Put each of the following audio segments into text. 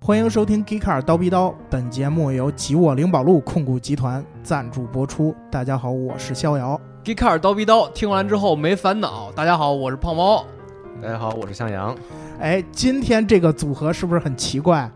欢迎收听《g e e k a r 刀逼刀》，本节目由吉沃灵宝路控股集团赞助播出。大家好，我是逍遥。 g e e k a r 刀逼刀，听完之后没烦恼。大家好，我是胖猫。大家好，我是向阳。哎，今天这个组合是不是很奇怪？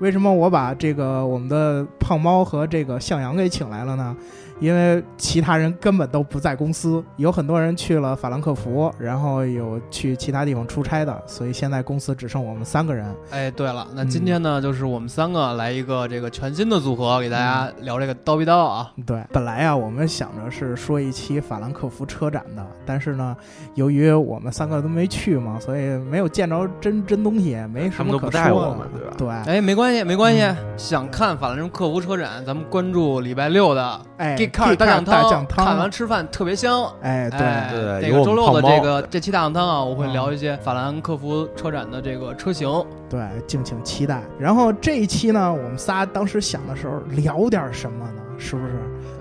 为什么我把这个我们的胖猫和这个向阳给请来了呢？因为其他人根本都不在公司，有很多人去了法兰克福，然后有去其他地方出差的，所以现在公司只剩我们三个人。哎，对了，那今天呢，就是我们三个来一个这个全新的组合，给大家聊这个刀逼刀啊。对，本来啊，我们想着是说一期法兰克福车展的，但是呢，由于我们三个都没去嘛，所以没有见着真真东西，没什他么们都可不说带的。我们对吧对，哎，没关系，没关系。嗯想看法兰克福车展，咱们关注礼拜六的哎 g e e k a r 大酱酱汤，汤，看完吃饭特别香。哎，对，哎对这有个我们周六的胖猫这个这期大酱汤啊，我会聊一些法兰克福车展的这个车型。嗯对，敬请期待。然后这一期呢，我们仨当时想的时候聊点什么呢？是不是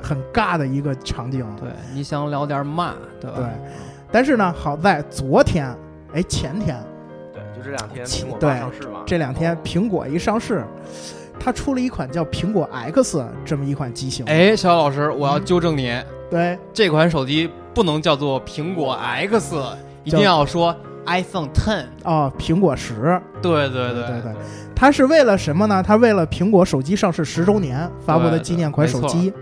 很尬的一个场景？对，你想聊点嘛，对吧？对但是呢，好在昨天，哎，前天嗯对，就这两天亲苹果对八上市嘛，这两天苹果一上市，它出了一款叫苹果 X 这么一款机型。，哎，小姚老师，我要纠正你。对，这款手机不能叫做苹果 X，一定要说 iPhone Ten。哦，苹果十，对对对对对，它是为了什么呢？它为了苹果手机上市十周年发布的对纪念款对手没错机。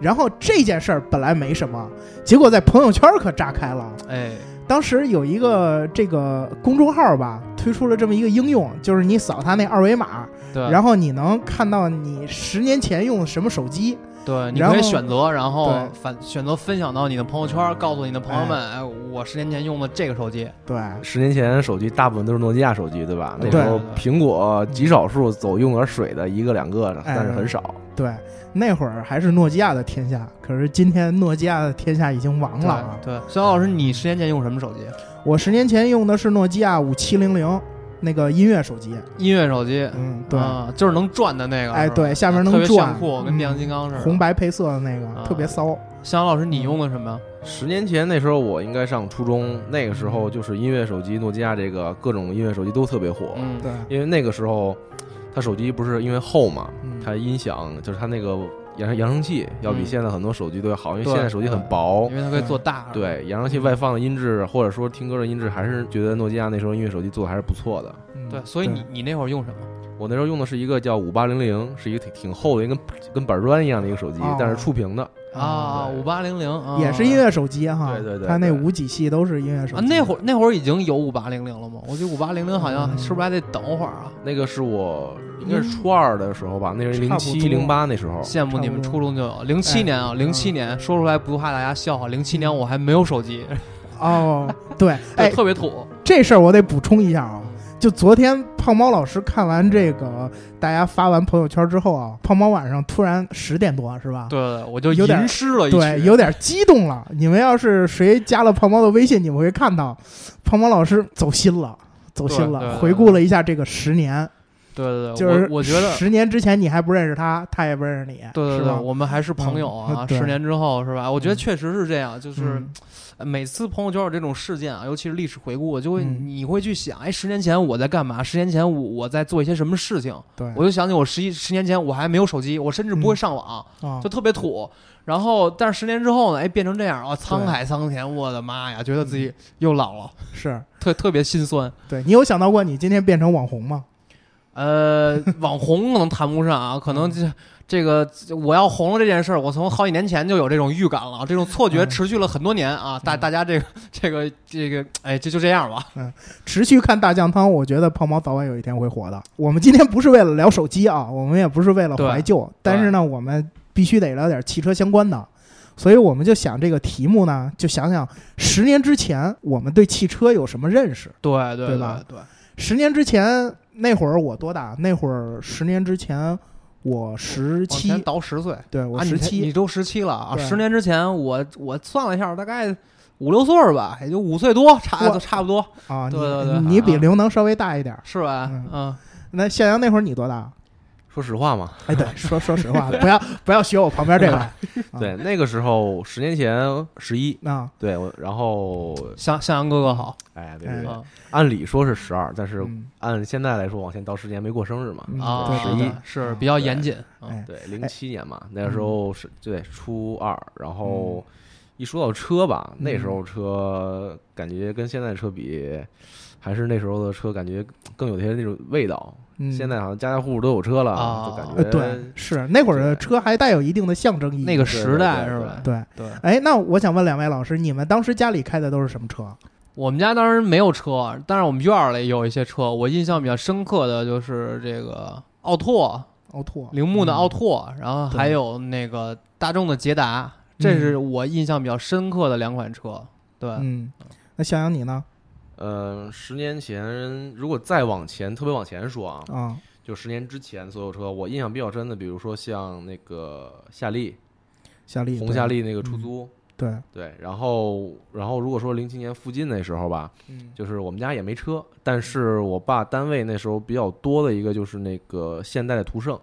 然后这件事儿本来没什么，结果在朋友圈可炸开了。哎，当时有一个这个公众号吧，推出了这么一个应用，就是你扫它那二维码，对，然后你能看到你十年前用的什么手机。对，你然后可以选择，然后对反选择分享到你的朋友圈，告诉你的朋友们，哎，我十年前用的这个手机。对，十年前手机大部分都是诺基亚手机，对吧？那对时候苹果极少数走用点水的一个两个，但是很少。对，那会儿还是诺基亚的天下，可是今天诺基亚的天下已经亡了啊。对，对小姚老师，你十年前用什么手机？我十年前用的是诺基亚五七零零那个音乐手机，音乐手机。嗯，对，啊就是能转的那个。哎，是吧，对，下面特能别转嗯炫，酷，跟变形金刚似的。红白配色的那个啊特别骚。小姚老师，你用的什么？十年前那时候我应该上初中，那个时候就是音乐手机，诺基亚这个各种音乐手机都特别火，嗯，对，因为那个时候它手机不是因为厚嘛，嗯，它音响就是它那个扬扬声器要比嗯现在很多手机都要好，因为对现在手机很薄，因为它可以做大。，对，扬声器外放的音质，或者说听歌的音质，还是觉得诺基亚那时候音乐手机做的还是不错的。嗯对，所以你你那会儿用什么？我那时候用的是一个叫五八零零，是一个挺挺厚的，跟跟板砖一样的一个手机，哦但是触屏的。啊，对五八零零也是音乐手机哈，对对对它那对五几系都是音乐手啊，机。嗯那会儿那会儿已经有五八零零了吗？我觉得五八零零好像是不是还得等会儿啊？那个是我应该是初二的时候吧，那是差零不七多零八那时候。羡慕你们差不初哎嗯中就有，零七年啊，零七年说出来不怕大家笑话，零七年我还没有手机，哦，对，嗯哎对，特别土。这事儿我得补充一下啊。就昨天胖猫老师看完这个，大家发完朋友圈之后啊，胖猫晚上突然十点多是吧？对对，对我就有点吟诗了一对，曲。有点激动了。你们要是谁加了胖猫的微信，你们会看到，胖猫老师走心了，走心对对了，对回顾了一下这个十年，对对就对是，我我觉得，十年之前你还不认识他，他也不认识你，对对是对，吧？我们还是朋友啊。嗯对十年之后是吧？我觉得嗯确实是这样，就是嗯呃每次朋友圈有这种事件啊，尤其是历史回顾，就会嗯你会去想，哎，十年前我在干嘛？十年前我我在做一些什么事情？对，我就想起我十一十年前我还没有手机，我甚至不会上网，啊就特别土。然后，但是十年之后呢，哎，变成这样啊，沧海桑田，我的妈呀，觉得自己又老了，是特特别心酸。对你有想到过你今天变成网红吗？呃，网红可能谈不上啊，可能这这个我要红了这件事儿，我从好几年前就有这种预感了，这种错觉嗯持续了很多年啊。大大家这个这个这个，哎，这就这样吧。持续看大酱汤，我觉得胖猫早晚有一天会火的。我们今天不是为了聊手机啊，我们也不是为了怀旧，但是呢，我们必须得聊点汽车相关的。所以我们就想这个题目呢，就想想十年之前我们对汽车有什么认识。对对对吧对，十年之前那会儿我多大？那会儿十年之前我十往七前，倒十岁。对我啊你十才你七、都十七了啊！对十年之前我我算了一下，大概五六岁儿吧，也就五岁多，差我差不多啊，对对对你你比啊刘能稍微大一点儿。是吧？嗯嗯，那向阳那会儿你多大？说实话嘛，哎，对，说说实话，不要不要学我旁 边这个啊对，那个时候十年前十一，啊，对，我然后向向阳哥哥好哎，对对对，啊按理说是十二，但是嗯按现在来说，往前到十年没过生日嘛，嗯啊，对对对11是比较严谨，啊哎嗯对，零七年嘛，那时候是对初二，然后一说到车吧，那时嗯候车感觉跟现在的车比，还是那时候的车感觉更有些那种味道。嗯，现在好像家家户户都有车了，啊就呃感觉对是那会儿的对车还带有一定的象征意义，那个时代对对是对吧？对。对，哎，那我想问两位老师，你们当时家里开的都是什么车？我们家当时没有车，但是我们院儿里有一些车。我印象比较深刻的就是这个奥拓，奥拓、铃木的奥拓，然后嗯还对有那个大众的捷达，这是我印象比较深刻的两款车。对，嗯，嗯，那想想你呢？呃，十年前如果再往前，特别往前说啊，啊，就十年之前所有车，我印象比较深的，比如说像那个夏利，夏利，红对夏，利那个出嗯租，对，对，然后然后如果说零七年附近那时候吧，嗯，就是我们家也没车，但是我爸单位那时候比较多的一个就是那个现代的途胜，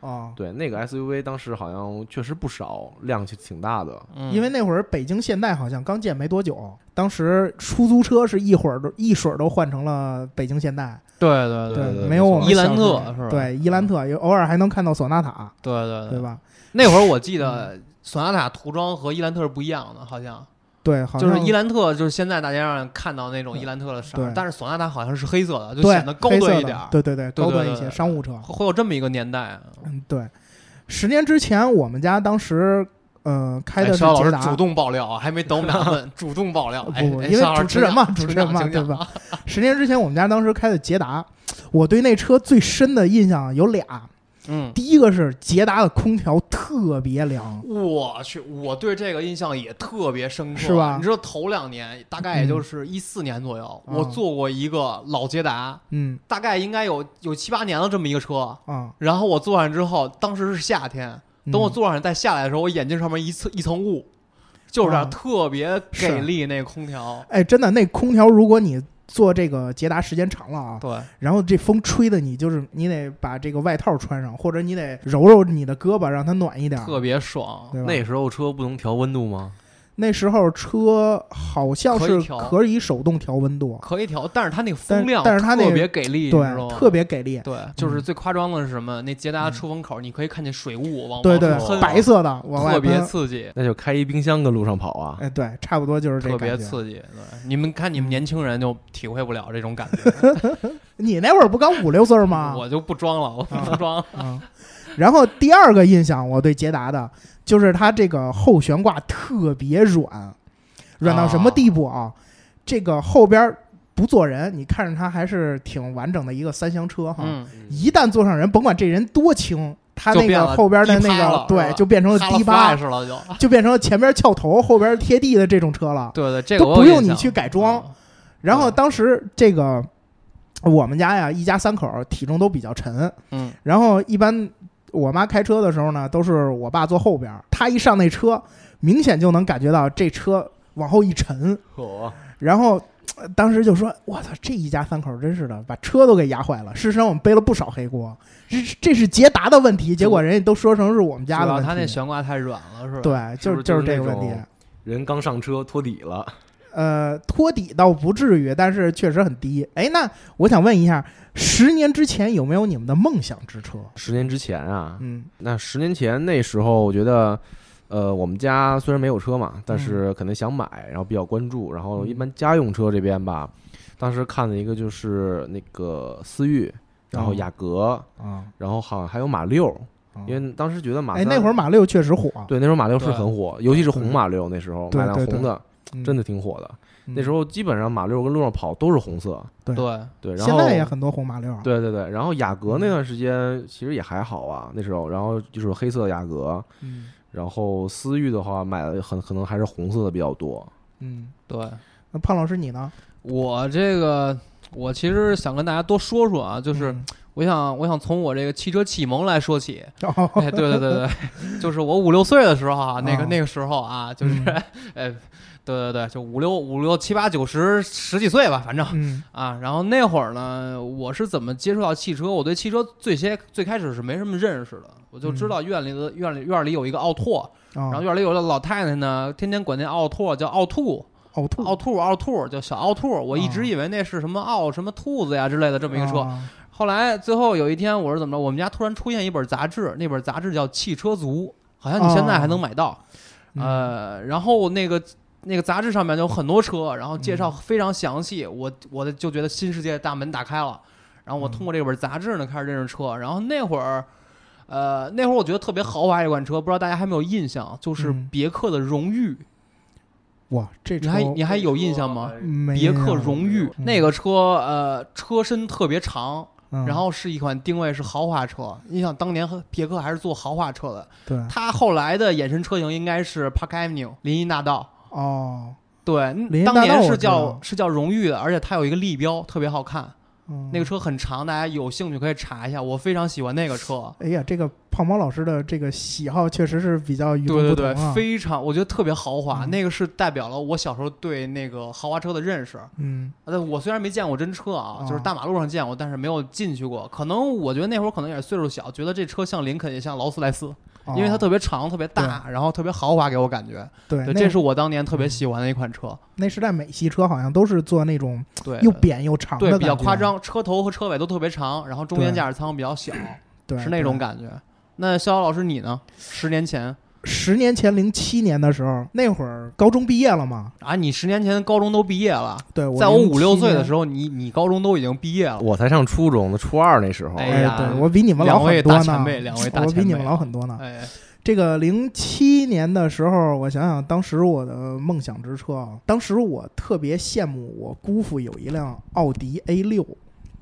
哦，对，那个 SUV 当时好像确实不少，量其实挺大的。嗯因为那会儿北京现代好像刚建没多久，当时出租车是一会儿都一水儿都换成了北京现代，对对对对没有我们伊兰小时候特是吧？对，伊兰特，有偶尔还能看到索纳塔，对对对？吧？那会儿我记得嗯索纳塔涂装和伊兰特是不一样的，好像对，好就像是伊兰特，就是现在大街上看到那种伊兰特的色儿对，但是索纳塔好像是黑色的，就对显得高黑色端的一点儿。对对对，对高对端对一些对商务车，会会有这么一个年代啊。嗯，对。十年之前，我们家当时呃开的哎是肖老捷师达，主动爆料啊，还没等我们 俩问，主动爆料。哎，不哎因为肖老师主持人嘛请讲主持人嘛请讲对吧十年之前，我们家当时开的捷达，我对那车最深的印象有俩。嗯，第一个是捷达的空调特别凉，我去，我对这个印象也特别深刻，是吧你知道头两年，大概也就是一四年左右，嗯我坐过一个老捷达，嗯大概应该有有七八年了这么一个车。啊，然后我坐上之后，当时是夏天，嗯等我坐上再下来的时候，我眼睛上面一层一层雾，就是这样啊特别给是力那个空调，哎，真的那空调，如果你坐这个捷达时间长了啊，对，然后这风吹的你就是你得把这个外套穿上，或者你得揉揉你的胳膊，让它暖一点儿。特别爽。对吧？那时候车不能调温度吗？那时候车好像可是以调可以手动调温度，可以调，但是它那个但风量，但是它那特别给力，你知道对，吗？特别嗯给力。对，就是最夸张的是什么？那捷达出风口，你可以看见水雾往对往出对，喷，白色的往外特别喷刺激，那就开一冰箱跟路上跑啊！哎，对，差不多就是这特个别感觉。刺激。对，你们看你们年轻人就体会不了这种感觉，嗯 你那会儿不刚五六岁儿吗？我就不装了，我不装。啊。然后第二个印象，我对捷达的就是它这个后悬挂特别软，软到什么地步啊？这个后边儿不坐人，你看着它还是挺完整的一个三厢车哈。嗯，一旦坐上人，甭管这人多轻，它就那变个了后边的低那趴个了是对吧就变成了哈了低八， flash 了就。 就变成了前边翘头，后边贴地的这种车了，对对，这个都我不有用印你象去改装。嗯然后当时这个我们家呀，一家三口儿体重都比较沉，嗯，然后一般我妈开车的时候呢，都是我爸坐后边儿，他一上那车，明显就能感觉到这车往后一沉，我然后。呃当时就说：“我操，这一家三口儿真是的，把车都给压坏了。”事实上，我们背了不少黑锅，这这是捷达的问题，结果人家都说成是我们家主的要问题。它那悬挂太软了，是吧？，对，就是不是就就是这个那问题。种人刚上车托底了，呃，托底倒不至于，但是确实很低。哎，那我想问一下，十年之前有没有你们的梦想之车？十年之前啊，嗯那十年前那时候，我觉得，呃，我们家虽然没有车嘛，但嗯是可能想买，然后比较关注。然后一般家用车这边吧，当时看了一个就是那个思域，然嗯后雅阁，啊，然后好像还有马六，啊嗯因为当时觉得马哎三那会儿马六确实火，对那时候马六是对啊很火，尤其是红马六，那时候对买辆对对红的嗯真的挺火的。嗯那时候基本上马六跟路上跑都是红色，对，对，然现后在也很嗯多红马六，啊对对对，然后雅阁那段时间其实也还好啊，那时候，然后就是黑色的雅阁，嗯然后思域的话，买的很可能还是红色的比较多。嗯。对那胖老师你呢？我这个。我其实想跟大家多说说啊，就是嗯我想，我想从我这个汽车启蒙来 说起。 哦，哎，对对对对，就是我五六岁的时候啊，那个啊那个时候啊，就是嗯， 哎，对对对，就五六五六七八九十十几岁吧，反正嗯啊，然后那会儿呢，我是怎么接触到汽车？我对汽车最先最开始是没什么认识的，我就嗯知道院里的院里院里有一个奥拓，然后哦，院里有个老太太呢，天天管那奥拓叫奥兔，呕吐，奥兔奥兔叫小奥兔，我一直以为那是什么奥什么兔子呀之类的这么一个车。啊后来最后有一天我是怎么着？我们家突然出现一本杂志，那本杂志叫《汽车族》，好像你现在还能买到。哦嗯呃，然后那个那个杂志上面有很多车，然后介绍非常详细，我我的就觉得新世界的大门打开了。然后我通过这本杂志呢开始认识车，然后那会儿。呃，那会儿我觉得特别豪华一款车，不知道大家还没有印象，就是嗯别克的荣誉，哇，这你车还你还有印象吗？没别让克我荣誉嗯那个车，呃，车身特别长，嗯然后是一款定位是豪华车。你想当年和别克还是做豪华车的，对它后来的衍生车型应该是 Park Avenue 林荫大道。哦，对嗯林荫，大当道年我是知道叫是叫荣誉的，而且它有一个立标，特别好看。嗯那个车很长，大家有兴趣可以查一下。我非常喜欢那个车，哎呀，这个胖猫老师的这个喜好确实是比较与众对对不同对，啊。非常，我觉得特别豪华。嗯那个是代表了我小时候对那个豪华车的认识。嗯呃，我虽然没见过真车啊，啊就是大马路上见过，但是没有进去过。可能我觉得那会儿可能也是岁数小，觉得这车像林肯也像劳斯莱斯，哦因为它特别长、特别大，然后特别豪华，给我感觉。对，对，那这是我当年特别喜欢的一款车。那时代美系车好像都是做那种对，又扁又长的对感觉，比较夸张，车头和车尾都特别长，然后中间对驾驶舱比较小，对，对，是那种感觉。那逍遥老师你呢？十年前十年前零七年的时候，那会儿高中毕业了嘛，啊，你十年前高中都毕业了，对，我在我五六岁的候，时候，你你高中都已经毕业了。我才上初中呢，初二那时候，哎哎，呀对我比你们两老位很大多前呢，辈，两位大前我辈，比你们老很多呢。哎，这个零七年的时候，我想想，当时我的梦想之车啊，当时我特别羡慕我姑父有一辆奥迪 A 六，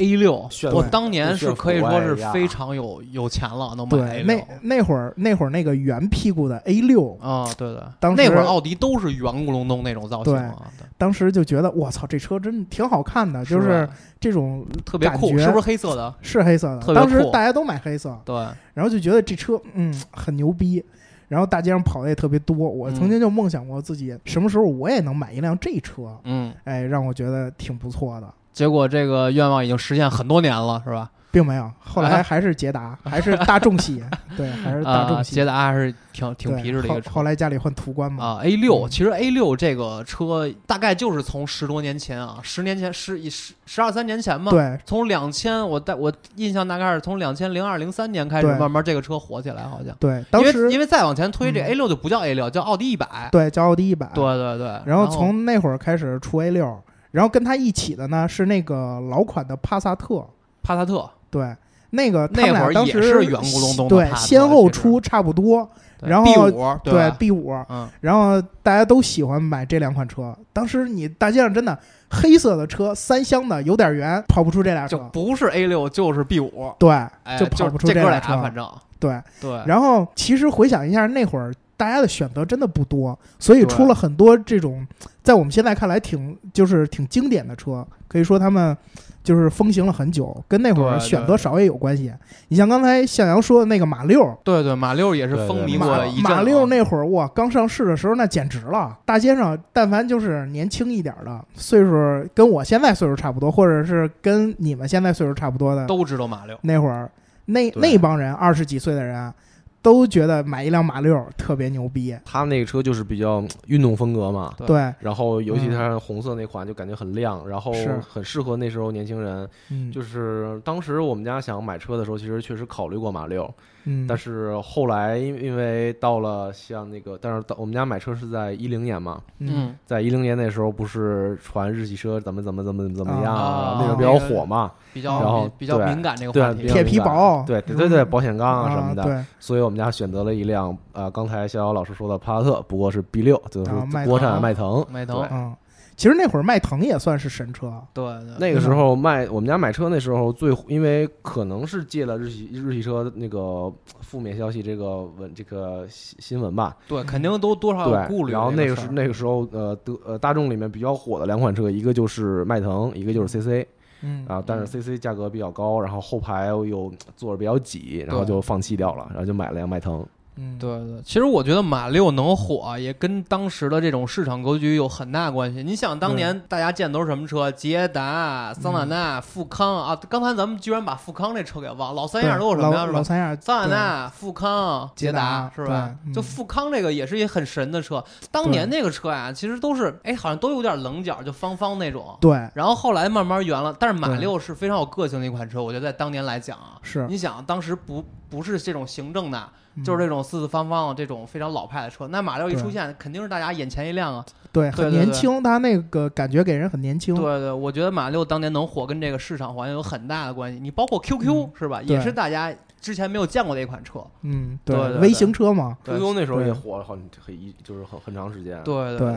A 六炫，我富当年是可以说是炫富哎呀非常有有钱了，能买对，A 那六。那会儿那会儿那个圆屁股的 A 六，啊、对对，当时那会儿奥迪都是圆咕隆咚那种造型啊，对当时就觉得我操，这车真挺好看的，就是吧这种特别酷，感觉是不是黑色的？是黑色特别的，当时酷大家都买黑色，对，然后就觉得这车嗯很牛逼，然后大街上跑的也特别多。我嗯曾经就梦想过自己什么时候我也能买一辆这车，嗯，哎，让我觉得挺不错的。结果这个愿望已经实现很多年了，是吧？并没有，后哎来还是捷达， 还是大众 系，对，还是大啊，众系捷，达还是挺挺对皮实的一个后车后来家里换途观嘛，啊。A 六嗯其实 A 六这个车大概就是从十多年前啊，十年前十一十十二三年前嘛。对，从两千，我带我印象大概是从两千零二零三年开始，对慢慢这个车火起来，好像。对，当因为时因为再往前推，这嗯 A 六就不叫 A 六，叫奥迪一百。对叫奥迪一百，对对对。然后从那会儿开始出 A 六，然后跟它一起的呢是那个老款的帕萨特，帕萨特，对，那个他那们俩会儿当也时是圆咕隆咚的对帕，萨特先后其实出差不多，对然 B 后五对吧 B 五，嗯，然后大家都喜欢买这两款车。当时你大街上真的黑色的车，三厢的有点圆，跑不出这俩就车，不是 A 六就是 B 五，对哎，，就就跑不出这哥俩俩，车，反正对。对。然后其实回想一下那会儿。大家的选择真的不多，所以对出了很多这种，在我们现在看来挺就是挺经典的车，可以说他们就是风行了很久，跟那会儿对对选择少也有关系。你像刚才向阳说的那个马六，对对，马六也是风靡过一阵啊。马六那会儿，哇，刚上市的时候那简直了，大街上但凡就是年轻一点儿的，岁数跟我现在岁数差不多，或者是跟你们现在岁数差不多的，都知道马六，那会儿那对那帮人二十几岁的人，都觉得买一辆马六特别牛逼。他们那个车就是比较嗯运动风格嘛，对对，然后尤其嗯它红色那款就感觉很亮，然后是很适合那时候年轻人。嗯，就是当时我们家想买车的时候，其实确实考虑过马六，嗯，但是后来因因为到了像那个，但是到我们家买车是在一零年嘛，嗯，在一零年那时候不是传日系车怎么怎么怎么怎么样，啊然后那时候比较火嘛，比较然后比比较对敏感这个对话啊，比题较铁皮敏感薄对对对对，保险杠哦啊啊什么的，对，所以我们家选择了一辆呃，刚才逍遥老师说的帕萨特，不过是 B 六，就是啊迈腾国产迈腾。迈腾，对嗯，其实那会儿迈腾也算是神车，对对那个时候卖我们家买车那时候最，因为可能是借了日系日系车那个负面消息这个文这个新新闻吧，对，肯定都多少有顾对。虑。然后那个个事时儿那个时候呃德呃大众里面比较火的两款车，一个就是迈腾，一个就是 CC。嗯啊，但是 CC 价格比较高，然后后排又坐着比较挤，然后就放弃掉了，然后就买了辆迈腾。嗯，对对，其实我觉得马六能火，也跟当时的这种市场格局有很大关系。你想，当嗯年大家见都是什么车？捷达、桑塔纳、富康啊！刚才咱们居然把富康这车给忘，老三样都有什么呀？老是吧老三样，桑塔纳、富康、捷捷达是吧对？嗯就富康这个也是一很神的车，当年那个车呀，其实都是哎，好像都有点棱角，就方方那种。对，对，然后后来慢慢圆了，但是马对六是非常有个性的一款车，我觉得在当年来讲啊，是，你想当时不不是这种行政的，嗯就是这种四四方方的这种非常老派的车，那马六一出现，肯定是大家眼前一亮啊！对，对很对年对轻，他那个感觉给人很年轻，对对，我觉得马六当年能火，跟这个市场环境有很大的关系。你包括 QQ、嗯是吧，对也是大家之前没有见过的一款车。嗯，对对对微型车嘛，对 QQ 那时候对也火了很很一就是很很长时间。对对对，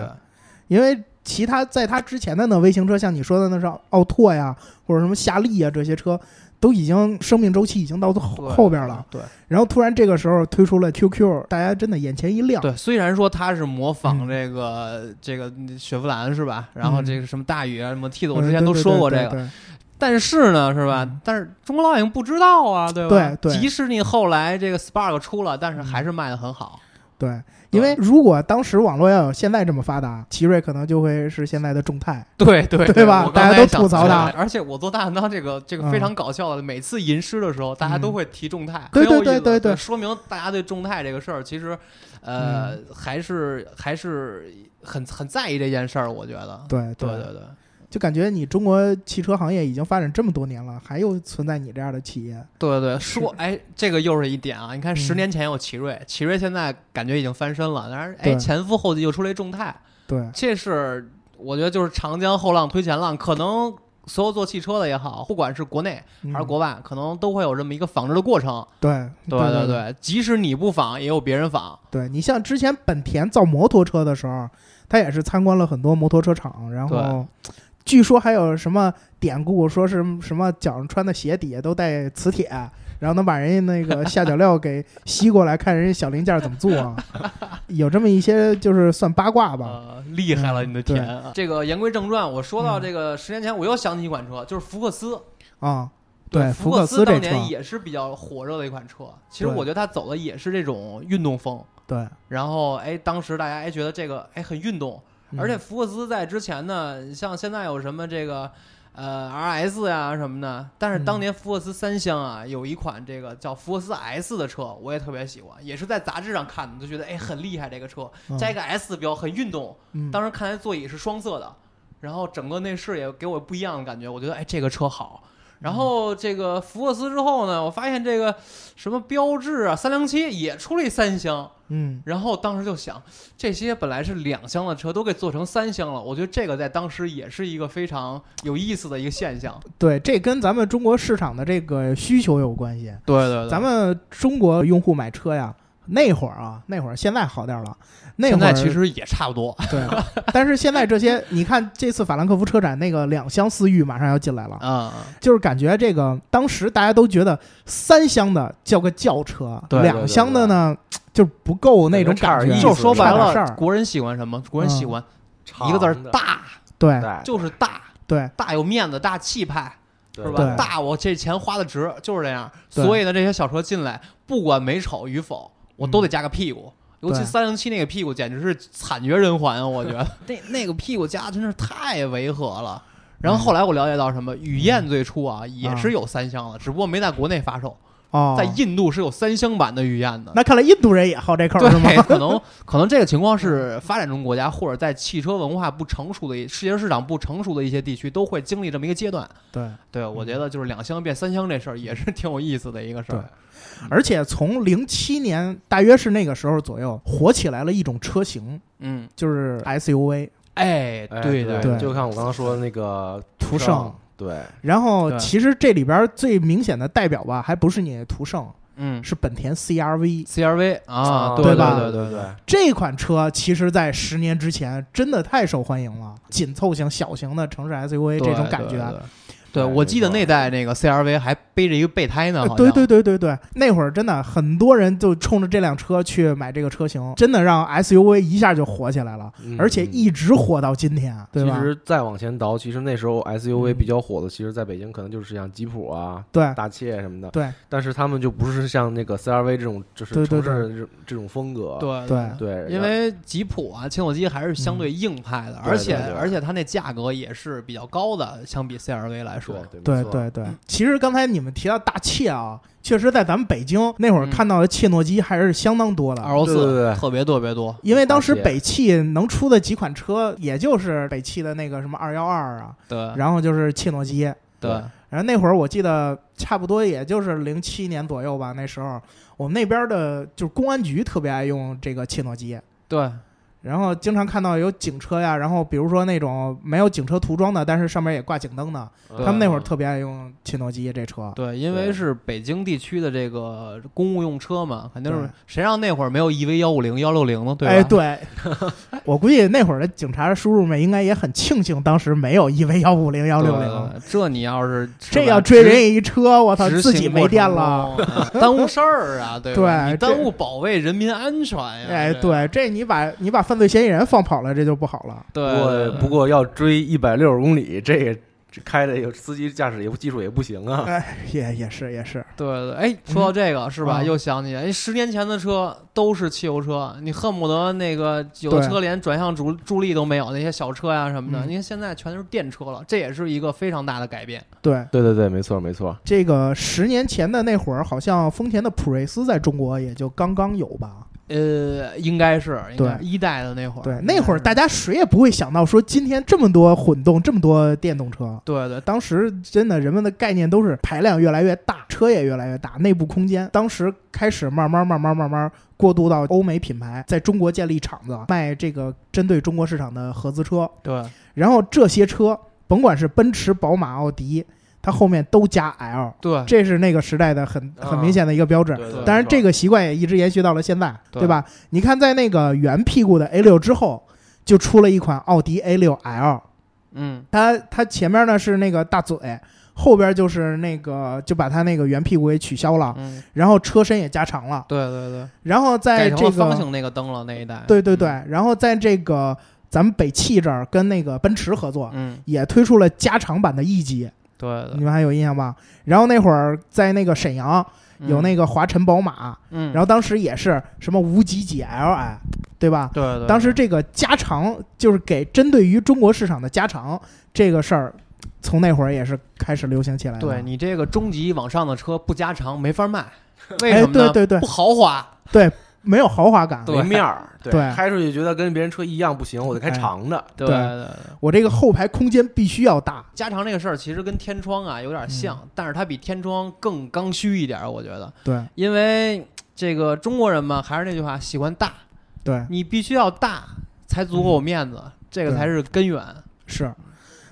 因为其他在它之前的那微型车，像你说的那是奥拓呀，或者什么夏利啊这些车，都已经生命周期已经到后对后边了。。对然后突然这个时候推出了 QQ，大家真的眼前一亮。对，虽然说它是模嗯仿这个这个雪佛兰是吧，然后嗯这个什么大宇啊什么 T 嗯，的，我之前都对说过这个，，对对但是呢，是吧？嗯但是中国老百姓不知道啊，对吧？对对嗯即使你后来这个 Spark 出了，但是还是卖的很好。对对因为如果当时网络要有现在这么发达，奇瑞可能就会是现在的众泰。对对对吧我刚才大家都想吐槽嗯起来它了而且我做大担当这个这个非常搞笑的，每次吟诗的时候，大家都会提众泰，嗯对很有意对思对对对说明大家对众泰这个事儿其实，呃，嗯还是还是很很在意这件事儿，我觉得。对对对对，就感觉你中国汽车行业已经发展这么多年了，还有存在你这样的企业，对对，说哎，这个又是一点啊！你看，嗯十年前有奇瑞，奇瑞现在感觉已经翻身了，但是哎，对前赴后继又出来一众泰，对这是我觉得就是长江后浪推前浪，可能所有做汽车的也好，不管是国内还是嗯国外，可能都会有这么一个仿制的过程。对对对对，即使你不仿，也有别人仿。对你像之前本田造摩托车的时候，他也是参观了很多摩托车厂，然后据说还有什么典故，说是什么脚上穿的鞋底下都带磁铁，然后能把人家那个下脚料给吸过来，看人家小零件怎 么做啊，有这么一些就是算八卦吧。呃，厉害了嗯你的对天啊！这个言归正传，我说到嗯这个十年前，我又想起一款车，就是福克斯。啊、嗯福福克斯这当车，年也是比较火热的一款车。其实对我觉得它走的也是这种运动风。对，然后哎，当时大家哎觉得这个哎很运动，嗯而且福克斯在之前呢，像现在有什么这个呃 RS 呀、什么的，但嗯是当年福克斯三厢啊有一款这个叫福克斯 S 的车，我也特别喜欢，也是在杂志上看的，就觉得哎很厉害这个车，加一个 S 标很运动。嗯当时看来座椅是双色的，然后整个内饰也给我不一样的感觉，我觉得哎这个车好。然后这个福克斯之后呢，我发现这个什么标致啊、三零七也出了一三厢，嗯然后当时就想，这些本来是两厢的车都给做成三厢了，我觉得这个在当时也是一个非常有意思的一个现象。对，这跟咱们中国市场的这个需求有关系。对对对，咱们中国用户买车呀，那会儿啊，那会儿现在好点儿了，那现会儿啊在其实也差不多对，但是现在这些， 你看这次法兰克福车展那个两厢思域马上要进来了，啊、就是感觉这个当时大家都觉得三厢的叫个轿车，对两厢的呢就不够那种感感觉差点觉，意思就是说白差点事了，儿，国人喜欢什么？国人喜欢嗯一个字儿大，对大就是大，对大有面子，大气派。对是对吧？大我这钱花的值，就是这样。对所以呢，这些小车进来，不管美丑与否，我都得加个屁股。尤其嗯对三零七那个屁股，简直是惨绝人寰啊！我觉得 那那个屁股加的真是太违和了。 然后嗯后来我了解到什么，雨燕最初啊也是有三厢的，只不过没在国内发售，哦，在印度是有三厢版的雨燕的。那看来印度人也好这口是吗？对，可能可能这个情况是发展中国家或者在汽车文化不成熟的一世界市场不成熟的一些地区都会经历这么一个阶段。对，对，我觉得就是两厢变三厢这事儿也是 挺有意思的一个事儿。而且从零七年大约是那个时候左右火起来了一种车型，嗯，就是 SUV，哎，哎对对对就看我刚刚说的那个途胜胜，对，然后对其实这里边最明显的代表吧，还不是你的途胜，嗯是本田 CRV。 ，CRV 啊，对对吧对对对对，这款车其实，在十年之前真的太受欢迎了，紧凑型、小型的城市 SUV 这种感觉，呃啊对对，哎我没记得错那代那个 CRV 还背着一个备胎呢，呃好对像对对对对，那会儿真的很多人就冲着这辆车去买这个车型，真的让 SUV 一下就火起来了，嗯而且嗯一直火到今天，对其吧？实再往前倒，其实那时候 SUV 嗯比较火的，其实在北京可能就是像吉普啊、对大切什么的，对但是他们就不是像那个 CRV 这种，就是对对城市这这种风格。对对对，因为吉普啊，切诺基还是相对硬派的，而对且对对而且它那价格也是比较高的，相比 CRV 来说。对对没错对对。其实刚才你们提到大切啊，确实在咱们北京那会儿嗯看到的切诺基还是相当多的。二欧对对对四对特别特别多，因为当时大切北汽能出的几款车，也就是北汽的那个什么二幺二啊，对然后就是切诺基，对对然后那会儿我记得差不多也就是零七年左右吧，那时候我们那边的就是公安局特别爱用这个切诺基，对然后经常看到有警车呀，然后比如说那种没有警车涂装的，但是上面也挂警灯的，对他们那会儿特别爱用切诺基这车。对，因为对是北京地区的这个公务用车嘛，肯定对是谁让那会儿没有 EV 幺五零幺六零呢？对吧？哎，对， 我估计那会儿的警察叔叔们应该也很庆幸当时没有 EV 幺五零幺对六对零，啊对这你要是是这吧要追直人一车，我操，执自行己过没程电了。中，哎耽误事儿啊，对吧？对你这耽误保卫人民安全呀。哎，对，对这你把你把犯罪嫌疑人放跑了，这就不好了。不对对，过对不过要追一百六十公里，这个这开的有司机驾驶也不技术也不行啊。哎也也是也是，对对，哎，说到这个是吧？嗯又想起来，哎，十年前的车都是汽油车，你恨不得那个有的对车连转向助助力都没有，那些小车呀、什么的。嗯你看现在全都是电车了，这也是一个非常大的改变。对。对对对，没错没错。这个十年前的那会儿，好像丰田的普锐斯在中国也就刚刚有吧？呃，应该是应对该一代的那会儿，嗯对，应该那会儿是大家谁也不会想到说今天这么多混动，这么多电动车。对对当时真的人们的概念都是排量越来越大，车也越来越大，内部空间。当时开始慢慢慢慢慢慢过渡到欧美品牌在中国建立厂子，卖这个针对中国市场的合资车。对然后这些车，甭管是奔驰、宝马、奥迪，它后面都加 L，对这是那个时代的很很明显的一个标志。对对当然，没错这个习惯也一直延续到了现在，对对吧？你看，在那个圆屁股的 A 六之后，就出了一款奥迪 A 六 L，嗯，它它前面呢是那个大嘴，后边就是那个就把它那个圆屁股给取消了，嗯，然后车身也加长了，对对对，然后啊在改成这了方个形那个灯了那一代。对对嗯对，，然后在这个咱们北汽这儿跟那个奔驰合作，嗯，呃也推出了加长版的 E 级，对对你，们还有印象吧？然后那会儿在那个沈阳嗯有那个华晨宝马，嗯，然后当时也是什么无极几 Li，对吧？对对对，当时这个加长就是给针对于中国市场的加长这个事儿，从那会儿也是开始流行起来的。对你这个中级往上的车不加长没法 卖，为哎什么呢？对对对不豪华。没有豪华感，对没面儿，对对开出去觉得跟别人车一样不行，我得开哎长的。对对对对，我这个后排空间必须要大。加长这个事儿其实跟天窗啊有点嗯像，但是它比天窗更刚需一点儿，我觉得，对因为这个中国人嘛，还是那句话，喜欢大，对你必须要大才足够有面子，这嗯个对才是根源。是。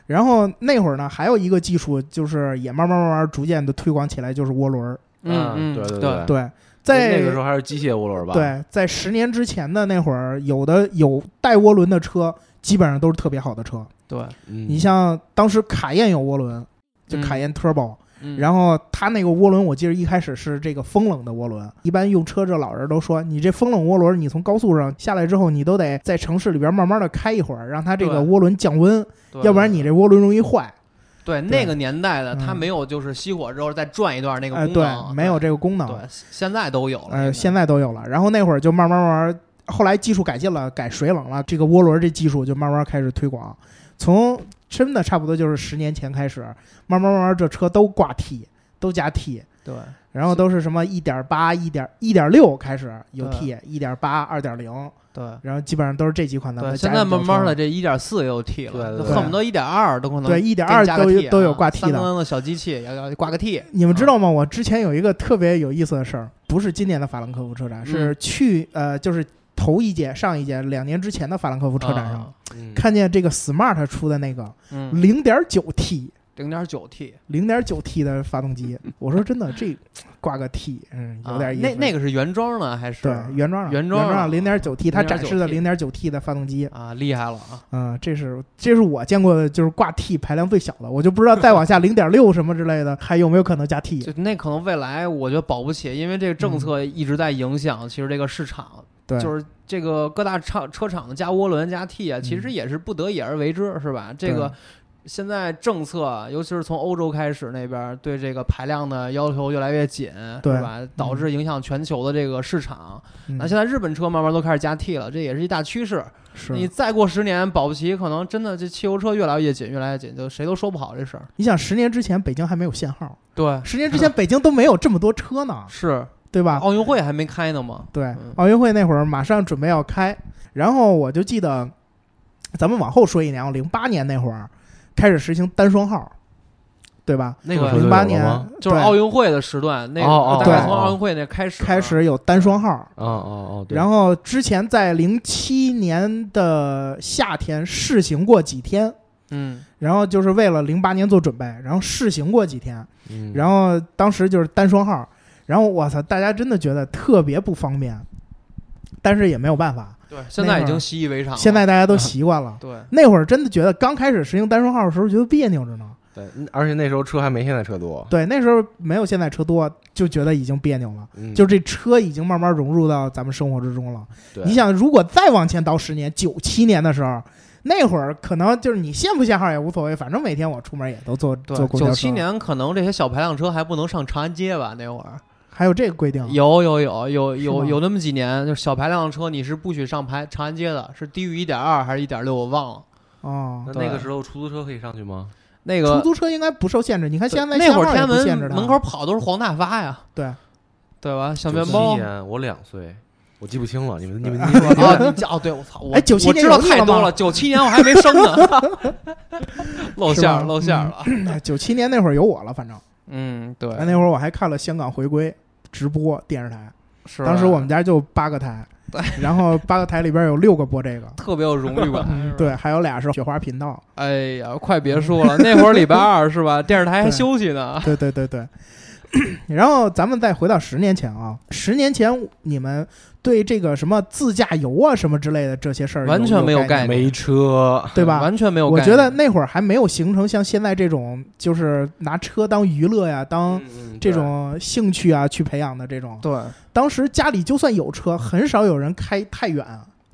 然后那会儿呢，还有一个技术就是也慢慢慢慢逐渐的推广起来，就是涡轮儿。嗯嗯，对对哎对，对，在哎那个时候还是机械涡轮吧？，对，在十年之前的那会儿，有的有带涡轮的车，基本上都是特别好的车。对，你你像当时卡宴有涡轮，就嗯卡宴 Turbo，、嗯然后它那个涡轮，我记得一开始是这个风冷的涡轮。一般用车这老人都说，你这风冷涡轮，你从高速上下来之后，你都得在城市里边慢慢的开一会儿，让它这个对涡轮降温，对要不然你这涡轮容易坏。对那个年代的嗯它没有就是熄火之后再转一段那个哎、功能，啊对，没有这个功能。对，现在都有了。呃，现现在都有了。然后那会儿就慢慢慢慢，后来技术改进了，改水冷了，这个涡轮这技术就慢慢开始推广。从真的差不多就是十年前开始，慢慢慢慢这车都挂 T，都加 T，对然后都是什么一点八、一点一点六开始有对 T，一点八、二点零，对然后基本上都是这几款咱们对，的现家在用轿慢慢车的这一点四又有 T 了，对就对对恨不得一点二都可能对一点给二你加个都 T 有啊都有挂 T 三啊的。缸的小机器要要挂个 T，你们知道吗？我之前有一个特别有意思的事儿，不是今年的法兰克福车展，嗯是去呃就是头一届、上一届两年之前的法兰克福啊嗯车展上，啊看见这个 Smart 出的那个嗯，零点九 T，零点九 T，零点九 T 的发动机。我说真的，这挂个 T，嗯，有点意思。啊那那个是原装的还是？对原装上原装装上零点九 T，它 0.9T 展示的零点九 T 的发动机，啊，厉害了啊！嗯，这是这是我见过的就是挂 T 排量最小的，我就不知道再往下零点六什么之 类的还有没有可能加 T。就那可能未来我觉得保不齐，因为这个政策一直在影响，其实这个市场嗯对，就是这个各大车车厂加涡轮加 T 啊，其实嗯也是不得已而为之，是吧？这个现在政策，尤其是从欧洲开始那边对这个排量的要求越来越紧，对是吧？导致影响全球的这个市场。嗯那现在日本车慢慢都开始加 T 了，这也是一大趋势。是你再过十年，保不齐可能真的这汽油车越来越紧，越来越紧，就谁都说不好这事儿。你想，十年之前北京还没有限号，对，十年之前北京都没有这么多车 呢，是对吧？奥运会还没开呢嘛？对哦嗯，奥运会那会儿马上准备要开，然后我就记得，咱们往后说一年，零八年那会儿开始实行单双号，对吧？那这个时候零个就八有年了吗就是对奥运会的时段，那哦个哦大概对从奥运会那开始开始有单双号，哦哦哦，对然后之前在零七年的夏天试行过几天，嗯，然后就是为了零八年做准备，然后试行过几天，嗯然后当时就是单双号，然后我操，大家真的觉得特别不方便，但是也没有办法，对，现在已那会经儿习以为常了。现在大家都习惯嗯了。对，那会儿真的觉得刚开始实行单双号的时候觉得别扭着呢，对，嗯而且那时候车还没现在车多，对，那时候没有现在车多，就觉得已经别扭了。嗯就这车已经慢慢融入到咱们生活之中了。对你想，如果再往前倒十年，九七年的时候，那会儿可能就是你限不限号也无所谓，反正每天我出门也都坐对坐，公交车。九七年可能这些小排量车还不能上长安街吧？那会儿还有这个规定，有有有有是有吗有那么几年，就是小排量车你是不许上排长安街的，是低于一点二还是一点六，我忘了。哦那，对那个时候出租车可以上去吗？那出个租车应该不受限制。你看现在那会儿限天号也不限制门的啊门口跑都是黄大发呀，对对吧？小面九七包。年我两岁，嗯我记不清了，你们你们 啊你们， 你这哦，对我操，我哎97我年知道有你太了多吗了，九七年我还没生 呢，露馅儿是吧露馅儿了。九七年那会儿有我了，反正嗯，对，哎那会儿我还看了香港回归直播电视台，是当时吧我们家就八个台，然后八个台里边有六个播这个。特别有荣誉感。是吧，嗯对，还有俩是雪花频道，哎呀，快别说了，那会儿礼拜二是吧？电视台还对休息 呢。对对对对。 然后咱们再回到十年前啊，十年前你们对这个什么自驾游啊、什么之类的这些事儿完全没有有概念，没车，对吧？完全没有我概觉念。得那会儿还没有形成像现在这种，就是拿车当娱乐呀、当嗯这种兴趣啊去培养的这种。对当时家里就算有车，很少有人开太远，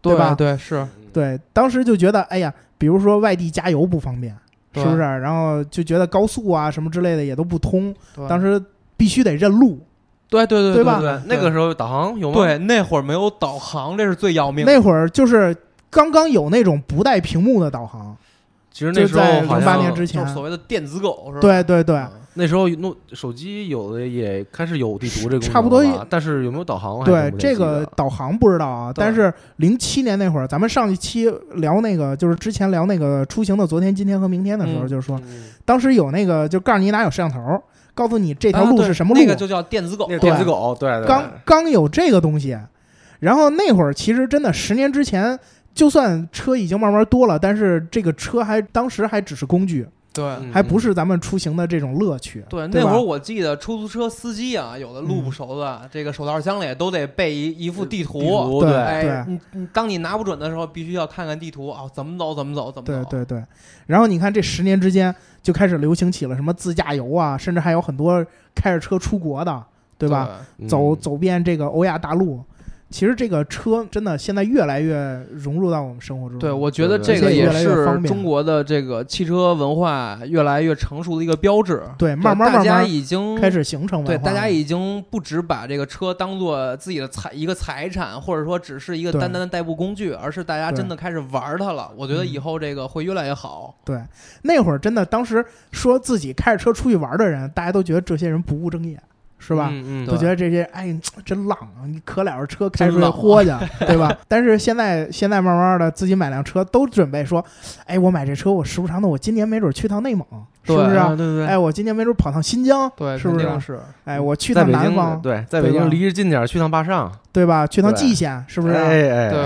对对吧对是，嗯对，当时就觉得，哎呀，比如说外地加油不方便，是对不是？然后就觉得高速啊什么之类的也都不通，对当时必须得认路。对对对对吧对，那个时候导航有吗？对那会儿没有导航，这是最要命的。那会儿就是刚刚有那种不带屏幕的导航，其实那时就候在好08像年之前就是所谓的电子狗是吧？对对对，嗯那时候弄手机有的也开始有地图这个功能了吧差不多也但是有没有导航我还对真不太这记得个导航不知道啊，对但是零七年那会儿，咱们上一期聊那个，就是之前聊那个出行的昨天、今天和明天的时候，嗯就是说嗯当时有那个，就告诉你哪有摄像头，告诉你这条啊路对是什么路，那个就叫电子狗那。个电子狗，对对对刚刚有这个东西。然后那会儿其实真的十年之前，就算车已经慢慢多了，但是这个车还当时还只是工具，对嗯还不是咱们出行的这种乐趣。对，对那吧嗯会儿我记得出租车司机啊，有的路不熟的，这个手套箱里都得备一一副地图。嗯地图对对，哎，你你当你拿不准的时候，必须要看看地图啊、怎么走怎么走怎么对走。对对，然后你看这十年之间就开始流行起了什么自驾游啊，甚至还有很多开着车出国的，对吧？嗯走走遍这个欧亚大陆。其实这个车真的现在越来越融入到我们生活之中。对，我觉得对这对个对也而且越来越是方便中国的这个汽车文化越来越成熟的一个标志。对对慢慢大慢家慢已经开始形成文化对了。大家已经不只把这个车当做自己的财一个财产，或者说只是一个对单单的代步工具，而是大家对真的开始玩它了。我觉得以嗯后这个会越来越好。对那会儿真的，当时说自己开着车出去玩的人，大家都觉得这些人不务正业。是吧？嗯对就觉得这些哎真浪啊，你可了着车开出去豁去，对吧？但是现在现在慢慢的自己买辆车都准备说，哎，我买这车我时不常的，我今年没准去趟内蒙，是对不是、对对对，哎，我今年没准跑趟新疆，对，是不肯是定是？哎，我去在趟北南京方，对，在北对吧京离着近点儿，去趟坝上，对吧？去趟对蓟县，是不是？啊哎哎，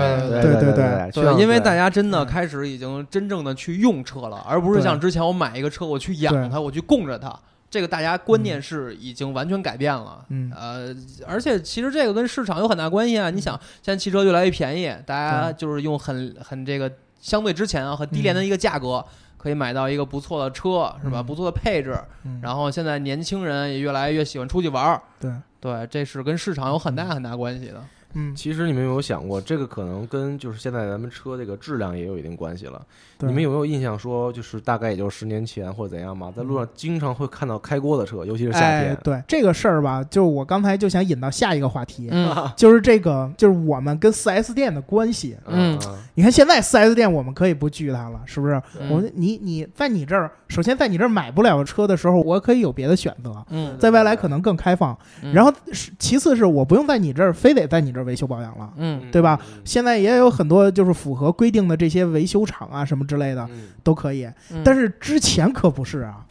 对对对对对去对，趟因为大对家真的嗯开始已经真正的去用车了，而不是对像之前我买一个车，我去对养它，我去供着它。这个大家观念是已经完全改变了。嗯，呃，而且其实这个跟市场有很大关系啊！你想，现在汽车越来越便宜，大家就是用很很这个相对之前啊很低廉的一个价格，可以买到一个不错的车，是吧？嗯不错的配置。嗯然后现在年轻人也越来越喜欢出去玩儿，对，对，这是跟市场有很大很大关系的。嗯，其实你们有没有想过，这个可能跟就是现在咱们车这个质量也有一定关系了。对你们有没有印象说，就是大概也就十年前或者怎样吧，在路上经常会看到开锅的车，尤其是夏嗯哎天。，对这个事儿吧，就我刚才就想引到下一个话题，嗯，就是这个，就是我们跟 4S 店的关系。嗯啊你看现在 4S 店我们可以不拒它了，是不是？嗯我你你在你这儿，首先在你这儿买不了车的时候，我可以有别的选择，嗯，在未来可能更开放。嗯然后是其次是我不用在你这儿非得在你这儿维修保养了。嗯对吧？嗯现在也有很多就是符合规定的这些维修厂啊什么之类的嗯都可以，嗯但是之前可不是啊。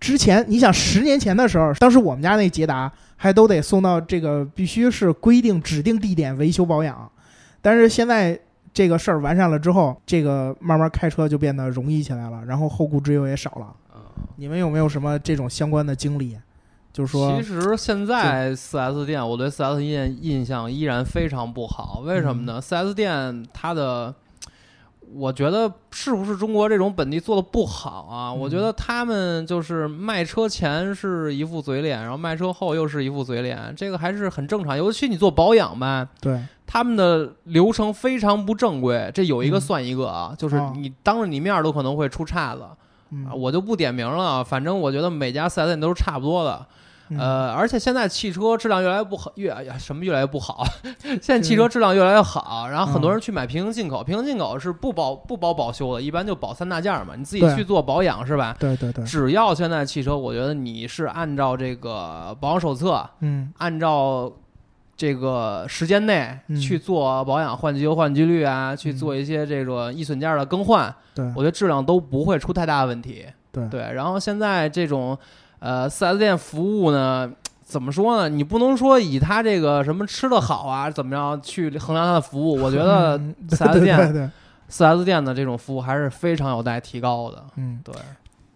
之前你想十年前的时候，当时我们家那捷达还都得送到这个必须是规定指定地点维修保养，但是现在这个事儿完善了之后，这个慢慢开车就变得容易起来了，然后后顾之忧也少了。你们有没有什么这种相关的经历？就是说其，实现在四 S 店，我对四 S 店印象依然非常不好。为什么嗯呢？四 S 店它的，我觉得是不是中国这种本地做的不好啊？我觉得嗯他们就是卖车前是一副嘴脸，然后卖车后又是一副嘴脸，这个还是很正常。尤其你做保养吧，对，他们的流程非常不正规，这有一个嗯算一个啊，就是哦你当着你面儿都可能会出岔子。嗯啊，我就不点名了啊，反正我觉得每家四 S 店都是差不多的。嗯呃，而且现在汽车质量越来越不好，越哎呀什么越来越不好。 现在汽车质量越来越好，然嗯后很多人去买平行进口，平行进口是不包不包保修的，一般就保三大件儿嘛，你自己对去做保养是吧？对对对，只要现在汽车，我觉得你是按照这个保养手册，嗯按照这个时间内嗯去做保养，换机油、换机滤啊，去嗯做一些这个易损件儿的更换，对我觉得质量都不会出太大的问题。对然后现在这种呃四 S 店服务呢，怎么说呢？你不能说以他这个什么吃的好啊怎么样去衡量他的服务。我觉得嗯 四对 S 对店对，四 S 店的这种服务还是非常有待提高的。嗯。对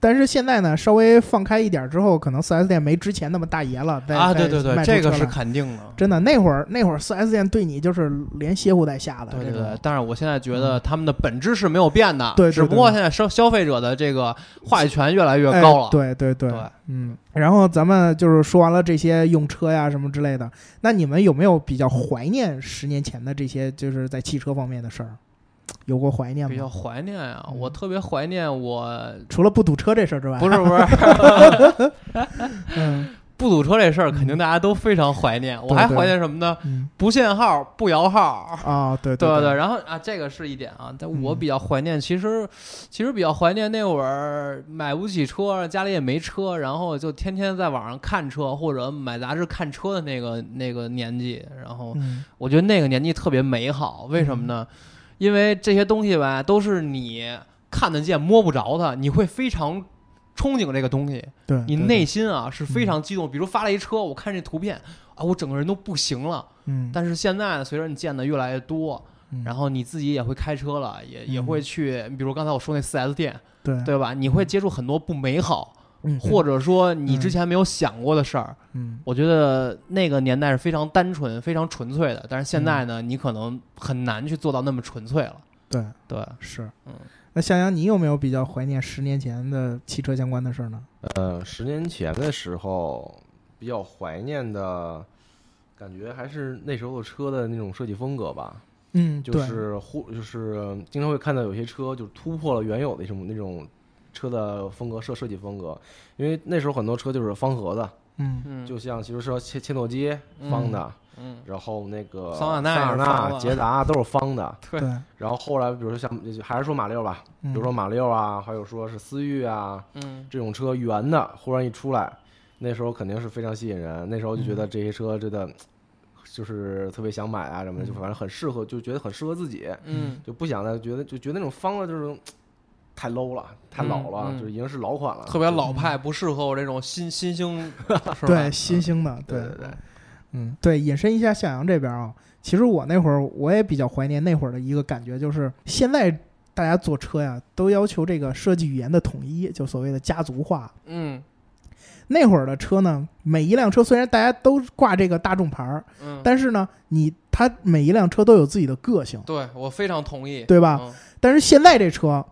但是现在呢，稍微放开一点之后，可能4 S 店没之前那么大爷了。在啊，在对对对，卖出这个车是来肯定的。真的。那会儿那会儿4 S 店对你就是连歇后带吓的。对对这种对，但是我现在觉得他们的本质是没有变的，嗯对对对只不过现在消消费者的这个话语权越来越哎高了。对对对对嗯。然后咱们就是说完了这些用车呀什么之类的，那你们有没有比较怀念十年前的这些就是在汽车方面的事儿？有过怀念比较吗？怀念啊，嗯我特别怀念 我，除了不堵车这事儿之外，不是不是， 嗯不堵车这事儿，肯定大家都非常怀念。我还对怀念什么呢？嗯不限号、不摇号，啊、对对对，然后啊，这个是一点啊，但我嗯比较怀念，其实其实比较怀念那会儿买不起车，家里也没车，然后就天天在网上看车或者买杂志看车的那个那个年纪。然后嗯我觉得那个年纪特别美好，为什么呢？因为这些东西吧，都是你看得见、摸不着的，你会非常憧憬这个东西。嗯对，你对内心啊是非常激动。比如发了一车，我看这图片啊，我整个人都不行了。嗯，但是现在随着你见的越来越多，嗯然后你自己也会开车了，也也嗯会去，比如刚才我说那四 S 店，对对吧？你会接触很多不美好，嗯或者说你嗯之前没有想过的事儿。嗯我觉得那个年代是非常单纯、非常纯粹的，但是现在呢，你可能很难去做到那么纯粹了。对。对，是，嗯，那向阳，你有没有比较怀念十年前的汽车相关的事儿呢？呃，十年前的时候，比较怀念的感觉还是那时候的车的那种设计风格吧。嗯，就对，是忽就是经常会看到有些车就是突破了原有的什么那种车的风格设设计风格，因为那时候很多车就是方盒子，嗯嗯，就像其实说切切诺基方的，嗯，然后那个桑塔纳也纳、是方的捷达都是方的，对，嗯然后后来比如说像就还是说马六吧，比比如说马六啊，还有说是思域啊嗯，这种车圆的，忽然一出来。那时候肯定是非常吸引人。那时候就觉得这些车真的就是特别想买啊什么的，就反正很适合，就觉得很适合自己，嗯就不想再觉得就觉得那种方的就是太 low 了，太老了，嗯嗯就是已经是老款了，特别老派，不适合我这种新新 兴，是吧嗯对，新兴的，啊对对对，嗯，对，引申一下向阳这边啊，其实我那会儿我也比较怀念那会儿的一个感觉，就是现在大家坐车呀，都要求这个设计语言的统一，就所谓的家族化。嗯那会儿的车呢，每一辆车虽然大家都挂这个大众牌儿，嗯，但是呢，你它每一辆车都有自己的个性，对我非常同意，对吧？嗯但是现在这 车，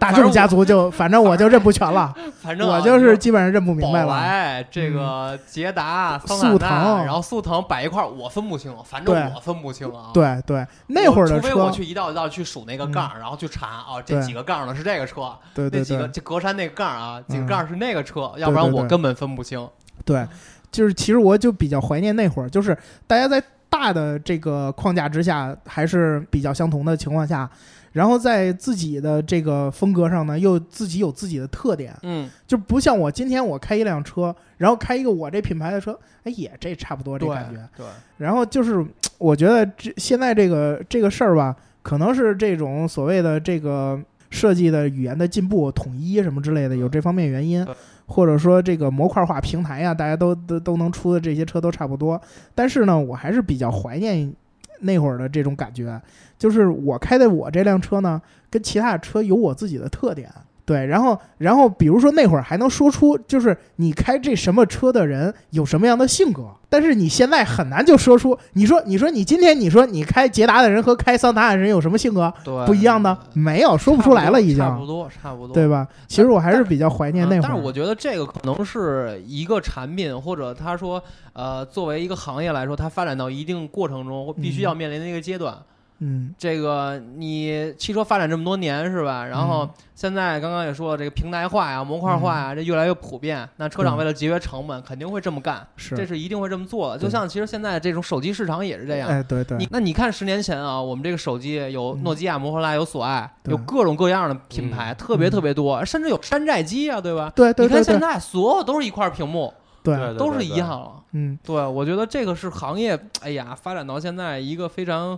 大众家族就反正我就认不全了， 反正啊我就是你基本上认不说明白宝了。嗯来啊这个捷达、桑速塔纳，腾然后速腾摆一块儿，我分不清，反正对我分不清啊。对对，那会儿的我除非我车，嗯去一道一道去数那个杠儿，然后去查哦，这对几个杠儿呢是这个车，对那对几个对这格栅那个杠儿啊，几个嗯杠儿是那个车，要不然对对我对根本分不清。嗯对，就是其实我就比较怀念那会儿，就是大家在大的这个框架之下还是比较相同的情况下，然后在自己的这个风格上呢，又自己有自己的特点，嗯，就不像我今天我开一辆车，然后开一个我这品牌的车，哎，也这差不多这对感觉。对，然后就是，我觉得这现在这个这个事儿吧，可能是这种所谓的这个设计的语言的进步、统一什么之类的，嗯有这方面原因对，或者说这个模块化平台呀、大家都都都能出的这些车都差不多。但是呢，我还是比较怀念那会儿的这种感觉，就是我开的我这辆车呢，跟其他的车有我自己的特点。对，然后，然后，比如说那会儿还能说出，就是你开这什么车的人有什么样的性格，但是你现在很难就说出，你说，你说你今天你说你开捷达的人和开桑塔纳的人有什么性格对，不一样的？没有，说不出来了，已呃差不经，多，差不多，对吧？吧？其实我还是比较怀念那会嗯但儿，是我觉得这个可能是一个产品，或者他说，呃，作为一个行业来说，它发展到一定过程中，必须嗯要面临的一个阶段。嗯，这个你汽车发展这么多年是吧？然后嗯现在刚刚也说了，这个平台化呀、模块化呀，这越来越普遍。那车厂对为了节约成本，肯定会这么干，是，这是一定会这么做的。就对像其实现在这种手机市场也是这样。哎，对对，你那你看十年前啊，我们这个手机有嗯诺基亚、摩托罗拉、有索爱，对有各种各样的品牌，特别特别多，甚至有山寨机啊，对吧？对对你看对现对在所有都是一块屏幕，对，都是一样，了。嗯，对，我觉得这个是行业，哎呀，发展到现在一个非常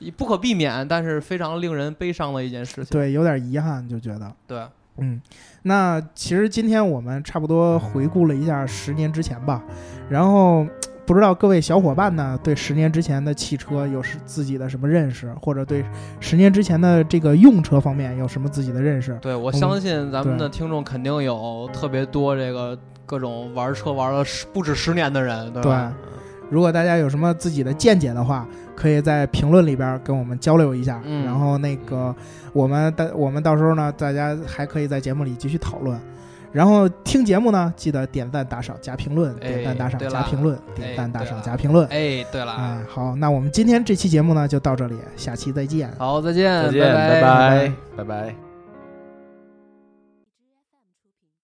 一不可避免，但是非常令人悲伤的一件事情。对，有点遗憾，就觉得。对，嗯，那其实今天我们差不多回顾了一下十年之前吧，然后不知道各位小伙伴呢对十年之前的汽车有是自己的什么认识，或者对十年之前的这个用车方面有什么自己的认识？对，嗯我相信咱们的听众肯定有特别多这个各种玩车玩了十不止十年的人，对对吧？如果大家有什么自己的见解的话，可以在评论里边跟我们交流一下。嗯然后那个我们到我们到时候呢，大家还可以在节目里继续讨论。然后听节目呢，记得点赞、打赏、加评论，哎点赞、打赏、对加啦评论，哎点赞、打对赏、啦加评论。哎，对了，哎，好，那我们今天这期节目呢就到这里，下期再见。好，再见，再见，拜拜拜拜拜。